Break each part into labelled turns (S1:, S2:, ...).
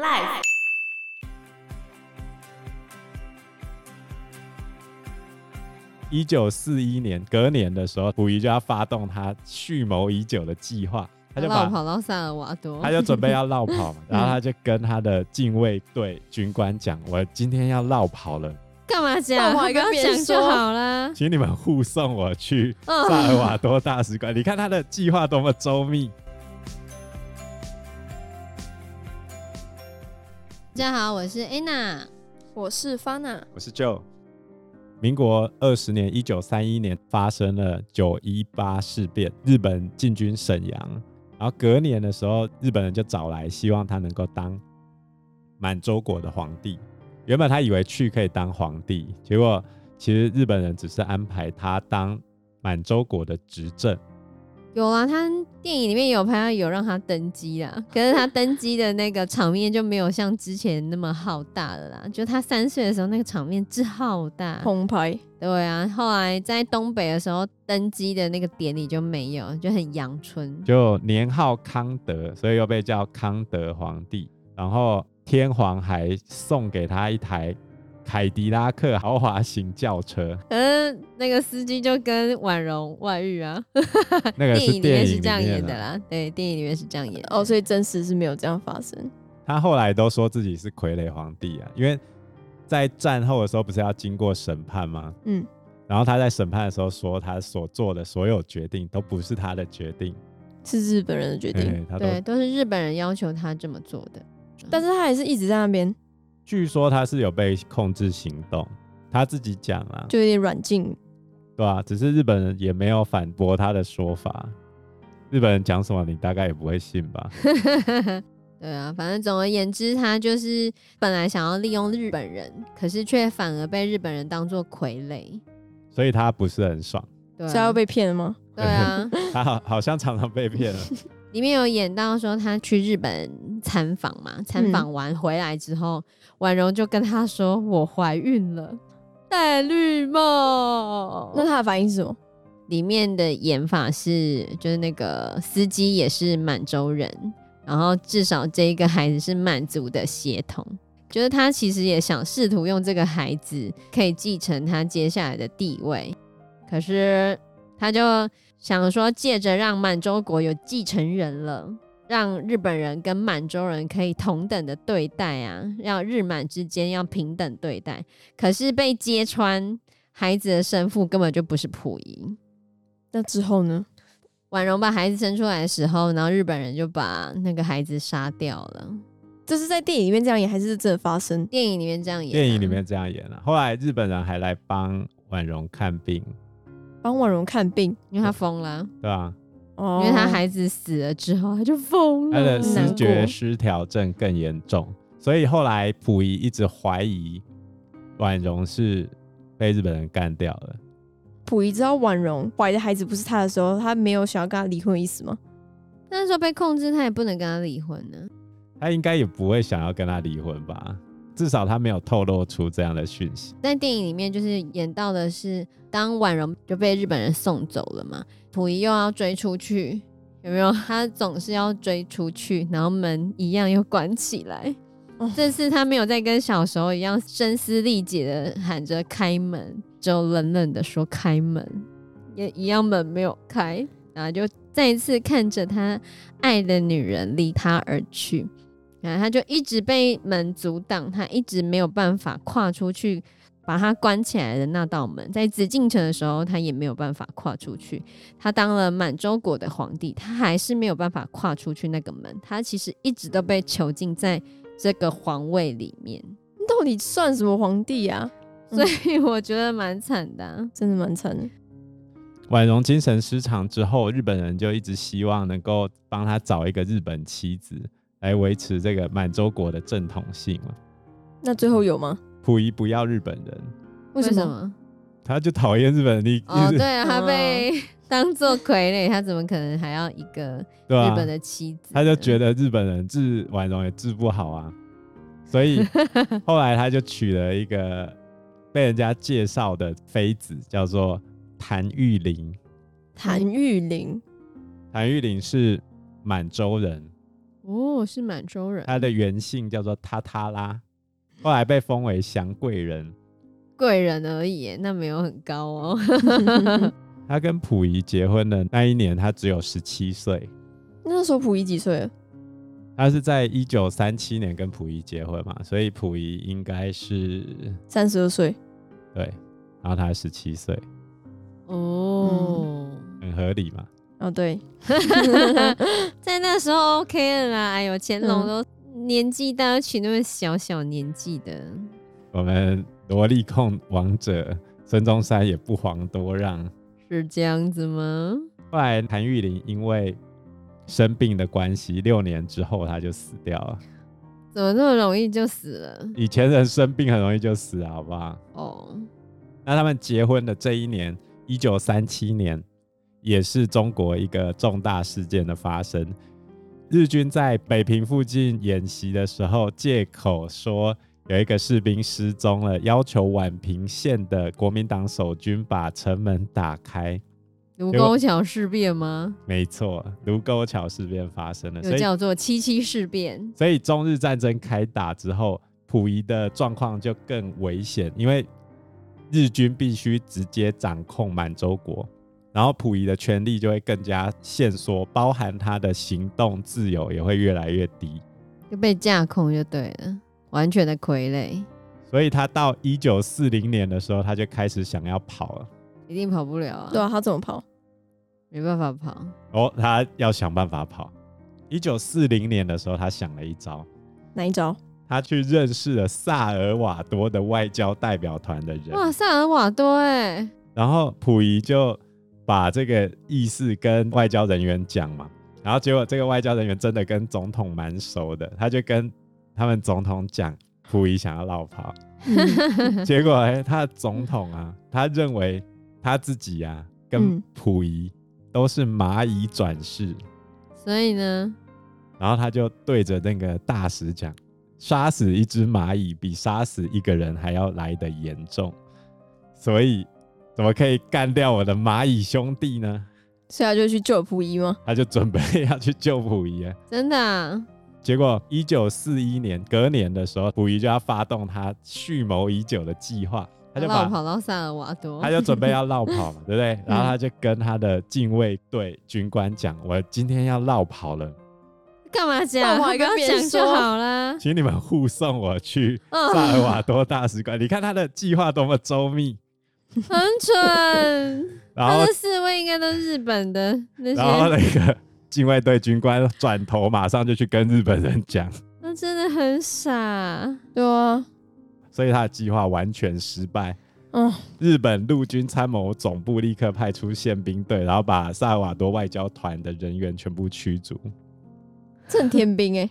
S1: Life。
S2: 一九四一年隔年的时候，溥仪就要发动他蓄谋已久的计划，他就
S3: 老
S2: 把
S3: 跑到萨尔瓦多，
S2: 他就准备要绕跑 嘛，然后他就跟他的禁卫队军官讲：“我今天要绕跑了，
S3: 干嘛讲？
S1: 干嘛
S3: 他不要
S1: 跟别人
S3: 讲就
S1: 说
S3: 好啦。
S2: 请你们护送我去萨
S3: 嗯，
S2: 尔瓦多大使馆。”你看他的计划多么周密。
S3: 大家好，我是 Anna。
S1: 我是 Fana，
S2: 我是 Joe。民国二十年，一九三一年发生了九一八事变，日本进军沈阳，然后隔年的时候，日本人就找来，希望他能够当满洲国的皇帝。原本他以为去可以当皇帝，结果其实日本人只是安排他当满洲国的执政。
S3: 有啦，他电影里面有拍到有让他登基啦，可是他登基的那个场面就没有像之前那么浩大了啦。就他三岁的时候，那个场面之浩大，
S1: 澎湃。
S3: 对啊。后来在东北的时候，登基的那个典礼就没有，就很阳春。
S2: 就年号康德，所以又被叫康德皇帝。然后天皇还送给他一台凯迪拉克豪华型轿车，
S3: 可是那个司机就跟婉容外遇啊，
S2: 那个是
S3: 影里
S2: 电
S3: 面
S2: 影
S3: 是这样
S2: 里面
S3: 演的
S2: 啊。
S3: 啦，对，电影里面是这样演的
S1: 哦，所以真实是没有这样发生。
S2: 他后来都说自己是傀儡皇帝啊，因为在战后的时候不是要经过审判吗？
S1: 嗯，
S2: 然后他在审判的时候说，他所做的所有决定都不是他的决定，
S1: 是日本人的决定，
S2: 对，他都
S3: 对，都是日本人要求他这么做的。
S1: 但是他还是一直在那边，
S2: 据说他是有被控制行动，他自己讲啊，
S1: 就有点软禁。
S2: 对啊，只是日本人也没有反驳他的说法。日本人讲什么，你大概也不会信吧？
S3: 对啊，反正总而言之，他就是本来想要利用日本人，可是却反而被日本人当做傀儡。
S2: 所以他不是很爽，
S3: 对
S1: 是
S3: 啊
S1: 要，被骗了吗？
S3: 对 啊，
S2: 他好好像常常被骗了。
S3: 里面有演到说他去日本参访嘛，
S1: 嗯
S3: 参访完回来之后，婉容就跟他说：“我怀孕了，戴绿帽。”
S1: 那他的反应是什么？
S3: 里面的演法是，就是那个司机也是满洲人，然后至少这一个孩子是满族的血统，就是他其实也想试图用这个孩子可以继承他接下来的地位，可是他就想说，借着让满洲国有继承人了。让日本人跟满洲人可以同等的对待啊，让日满之间要平等对待。可是被揭穿，孩子的生父根本就不是溥仪，
S1: 那之后呢？
S3: 婉容把孩子生出来的时候，然后日本人就把那个孩子杀掉了。
S1: 这是在电影里面这样演，还是真的发生？
S3: 电影里面这样演、
S2: 电影里，面这样演了、啊后来日本人还来帮婉容看病，
S1: 帮婉容看病
S3: 因为他疯了，
S2: 对吧、
S1: 哦
S3: 因为他孩子死了之后，他就疯
S2: 他
S3: 了。
S2: 的
S1: 嗯
S2: 视
S1: 难
S2: 觉
S1: 过
S2: 失调症更严重，所以后来溥仪一直怀疑婉容是被日本人干掉了。
S1: 溥仪知道婉容怀的孩子不是他的时候，他没有想要跟他离婚的意思吗？
S3: 那时候被控制，他也不能跟他离婚呢、
S2: 他应该也不会想要跟他离婚吧？至少他没有透露出这样的讯息。
S3: 在电影里面就是演到的是，当婉容就被日本人送走了嘛，溥仪又要追出去，有没有？ 他总是要追出去，然后门一样又关起来。
S1: 哦
S3: 这次他没有再跟小时候一样声嘶力竭的喊着开门，只有冷冷的说开门，也一样门没有开，然后就再一次看着他爱的女人离他而去。然后他就一直被门阻挡，他一直没有办法跨出去，把他关起来的那道门。在紫禁城的时候，他也没有办法跨出去。他当了满洲国的皇帝，他还是没有办法跨出去那个门。他其实一直都被囚禁在这个皇位里面，
S1: 你到底算什么皇帝啊？
S3: 所以我觉得蛮惨的啊、
S1: 真的蛮惨的。
S2: 婉容精神失常之后，日本人就一直希望能够帮他找一个日本妻子来维持这个满洲国的正统性嘛。
S1: 那最后有吗？
S2: 溥仪不要日本人，
S1: 为什么？嗯
S3: 么？
S2: 他就讨厌日本人，你
S3: 哦，
S2: 一直
S3: 对啊，他被当做傀儡，他怎么可能还要一个
S2: 对
S3: 日
S2: 啊
S3: 本的妻子呢？
S2: 他就觉得日本人治婉容也治不好啊，所 以后来他就娶了一个被人家介绍的妃子，叫做谭玉玲。
S1: 谭玉玲，
S2: 谭玉玲是满洲人，
S3: 哦，是满洲人，
S2: 他的原姓叫做塔塔拉，后来被封为祥贵人。
S3: 贵人而已耶，那没有很高哦。
S2: 他跟溥仪结婚的那一年，他只有十七岁。
S1: 那时候溥仪几岁了？
S2: 他是在一九三七年跟溥仪结婚嘛，所以溥仪应该是
S1: 三十二岁。
S2: 对，然后他十七岁，
S3: 哦，
S2: 很合理嘛。
S1: 哦，对，
S3: 在那时候 OK 了啦。哎呦，乾隆
S1: 嗯
S3: 都年纪大，要娶那么小小年纪的，
S2: 我们萝莉控王者孙中山也不遑多让。
S3: 是这样子吗？
S2: 后来谭玉玲因为生病的关系，六年之后他就死掉了。
S3: 怎么那么容易就死了？
S2: 以前人生病很容易就死了，好不好？
S3: 哦，
S2: 那他们结婚的这一年，一九三七年，也是中国一个重大事件的发生。日军在北平附近演习的时候，借口说有一个士兵失踪了，要求宛平县的国民党守军把城门打开。
S3: 卢
S2: 结果
S3: 沟桥事变吗？
S2: 没错，卢沟桥事变发生了，所
S3: 又
S2: 以
S3: 叫做七七事变。
S2: 所以中日战争开打之后，溥仪的状况就更危险，因为日军必须直接掌控满洲国，然后溥仪的权力就会更加限缩，包含他的行动自由也会越来越低。
S3: 就被架空就对了，完全的傀儡，
S2: 所以他到一九四零年的时候，他就开始想要跑了。
S3: 一定跑不了啊，
S1: 对啊，他怎么跑？
S3: 没办法跑。
S2: 哦，他要想办法跑。一九四零年的时候，他想了一招，
S1: 哪一招？
S2: 他去认识了萨尔瓦多的外交代表团的人。
S3: 哇，萨尔瓦多哎，
S2: 然后溥仪就把这个意思跟外交人员讲嘛，然后结果这个外交人员真的跟总统蛮熟的，他就跟他们总统讲溥仪想要绕跑，
S1: 嗯
S2: 结果哎、他的总统啊，他认为他自己啊跟
S1: 嗯
S2: 溥仪都是蚂蚁转世，
S3: 所以呢，
S2: 然后他就对着那个大使讲，杀死一只蚂蚁比杀死一个人还要来得严重，所以怎么可以干掉我的蚂蚁兄弟呢？
S1: 所以他就去救溥仪吗？
S2: 他就准备要去救溥仪了。
S3: 真的、啊，
S2: 结果，一九四一年隔年的时候，溥仪就要发动他蓄谋已久的计划，他就把
S3: 绕跑到萨尔瓦多，
S2: 他就准备要绕跑嘛，对不对？ 然后他就跟他的禁卫队军官讲：“我今天要绕跑
S3: 嗯
S2: 了，
S3: 干嘛讲？
S1: 干嘛
S3: 不要
S1: 跟别人
S3: 讲就
S1: 说
S3: 好啦。
S2: 请你们护送我去
S3: 嗯，
S2: 萨尔瓦多大使馆。”你看他的计划多么周 密。
S3: 很蠢。
S2: 然
S3: 他
S2: 后
S3: 的，侍卫应该都是日本的那
S2: 然后
S3: 些，
S2: 那个 禁卫队军官转头马上就去跟日本人讲，
S3: 那真的很傻。
S1: 对啊，
S2: 所以他的计划完全失败。
S1: 嗯，
S2: 日本陆军参谋总部立刻派出宪兵队，然后把萨尔瓦多外交团的人员全部驱逐。
S1: 郑天兵哎、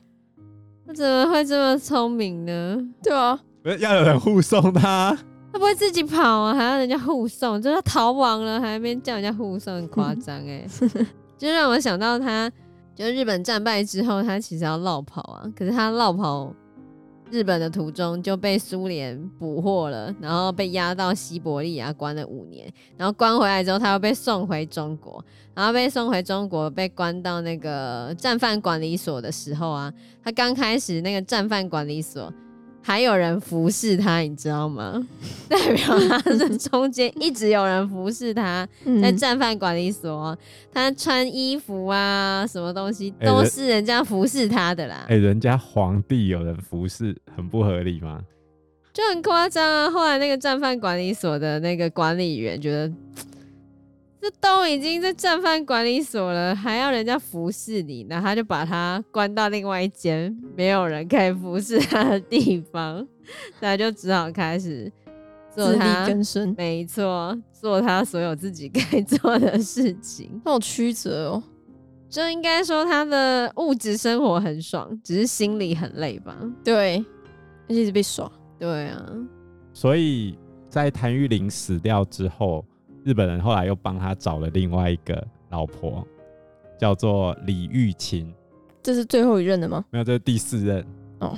S3: 他怎么会这么聪明呢？
S1: 对啊，
S2: 不 是要有人护送他，
S3: 他不会自己跑啊，还要人家护送，就是他逃亡了，还在那边叫人家护送，很夸张哎。 就让我想到他，就日本战败之后，他其实要绕跑啊，可是他绕跑日本的途中就被苏联捕获了，然后被押到西伯利亚关了五年，然后关回来之后，他又被送回中国，然后被送回中国，被关到那个战犯管理所的时候啊，他刚开始那个战犯管理所。还有人服侍他，你知道吗？ 代表他这中间一直有人服侍他，
S1: 嗯
S3: 在战犯管理所，他穿衣服啊，什么东西
S2: 哎
S3: 都
S2: 人
S3: 是人家服侍他的啦，
S2: 哎、人家皇帝有人服侍，很不合理吗？
S3: 就很夸张啊。后来那个战犯管理所的那个管理员觉得，嘖这都已经在战犯管理所了，还要人家服侍你，然后他就把他关到另外一间没有人可以服侍他的地方，所以他就只好开始做
S1: 自力
S3: 他。
S1: 更生，
S3: 没错，做他所有自己 该做的事情。
S1: 好曲折哦。
S3: 就应该说他的物质生活很爽，只是心里很累吧？
S1: 对，而且一直被耍。
S3: 对啊，
S2: 所以在谭玉玲死掉之后，日本人后来又帮他找了另外一个老婆，叫做李玉琴，
S1: 这是最后一任的吗？
S2: 没有，这是第四任。
S1: 哦，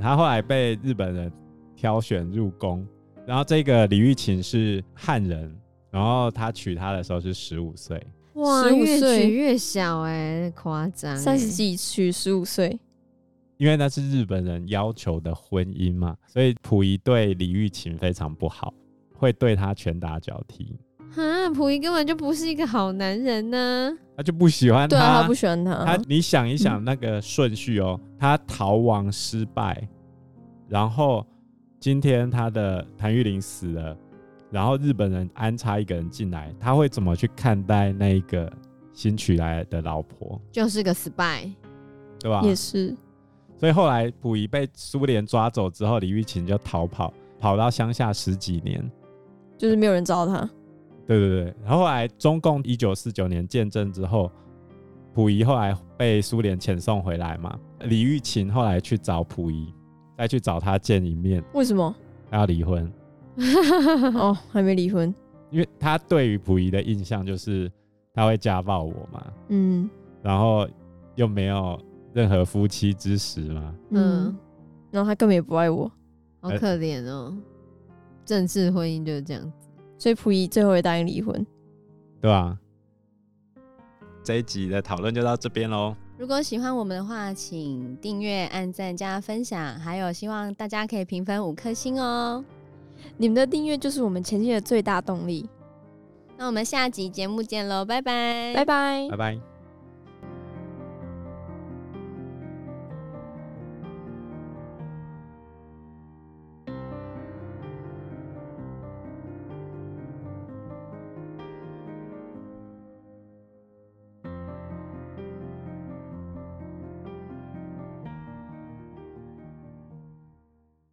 S2: 他后来被日本人挑选入宫，然后这个李玉琴是汉人，然后他娶她的时候是十五岁。
S3: 哇，
S1: 15
S3: 越
S1: 岁
S3: 举越小哎、夸张、欸，
S1: 三十几娶十五岁，
S2: 因为那是日本人要求的婚姻嘛，所以溥仪对李玉琴非常不好，会对她拳打脚踢，
S3: 啊，溥仪根本就不是一个好男人呐、
S2: 他就不喜欢
S1: 对啊，他
S2: 她
S1: 不。喜欢他
S2: 他，你想一想那个顺序哦，他逃亡失败，然后今天他的谭玉玲死了，然后日本人安插一个人进来，他会怎么去看待那一个新娶来的老婆，
S3: 就是个 spy。
S2: 对吧？
S1: 也是
S2: 所以后来溥仪被苏联抓走之后，李玉琴就逃跑，跑到乡下十几年。
S1: 就是没有人找他，
S2: 对对对，然后后来中共一九四九年建政之后，溥仪后来被苏联遣送回来嘛，李玉琴后来去找溥仪，再去找他见一面，
S1: 为 什么？
S2: 他要离婚，
S1: 哦，还没离婚，
S2: 因为他对于溥仪的印象就是他会家暴我嘛，
S1: 嗯
S2: 然后又没有任何夫妻之实嘛，
S1: 嗯
S3: 嗯，
S1: 然后他根本也不爱我，
S3: 好可怜哦。政治婚姻就是这样子，
S1: 所以溥仪最后也答应离婚。
S2: 对吧？这一集的讨论就到这边喽。
S3: 如果喜欢我们的话，请订阅、按赞、加分享，还有希望大家可以评分五颗星哦。
S1: 你们的订阅就是我们前进的最大动力。
S3: 那我们下集节目见喽，拜拜，
S1: 拜拜
S2: 拜。拜。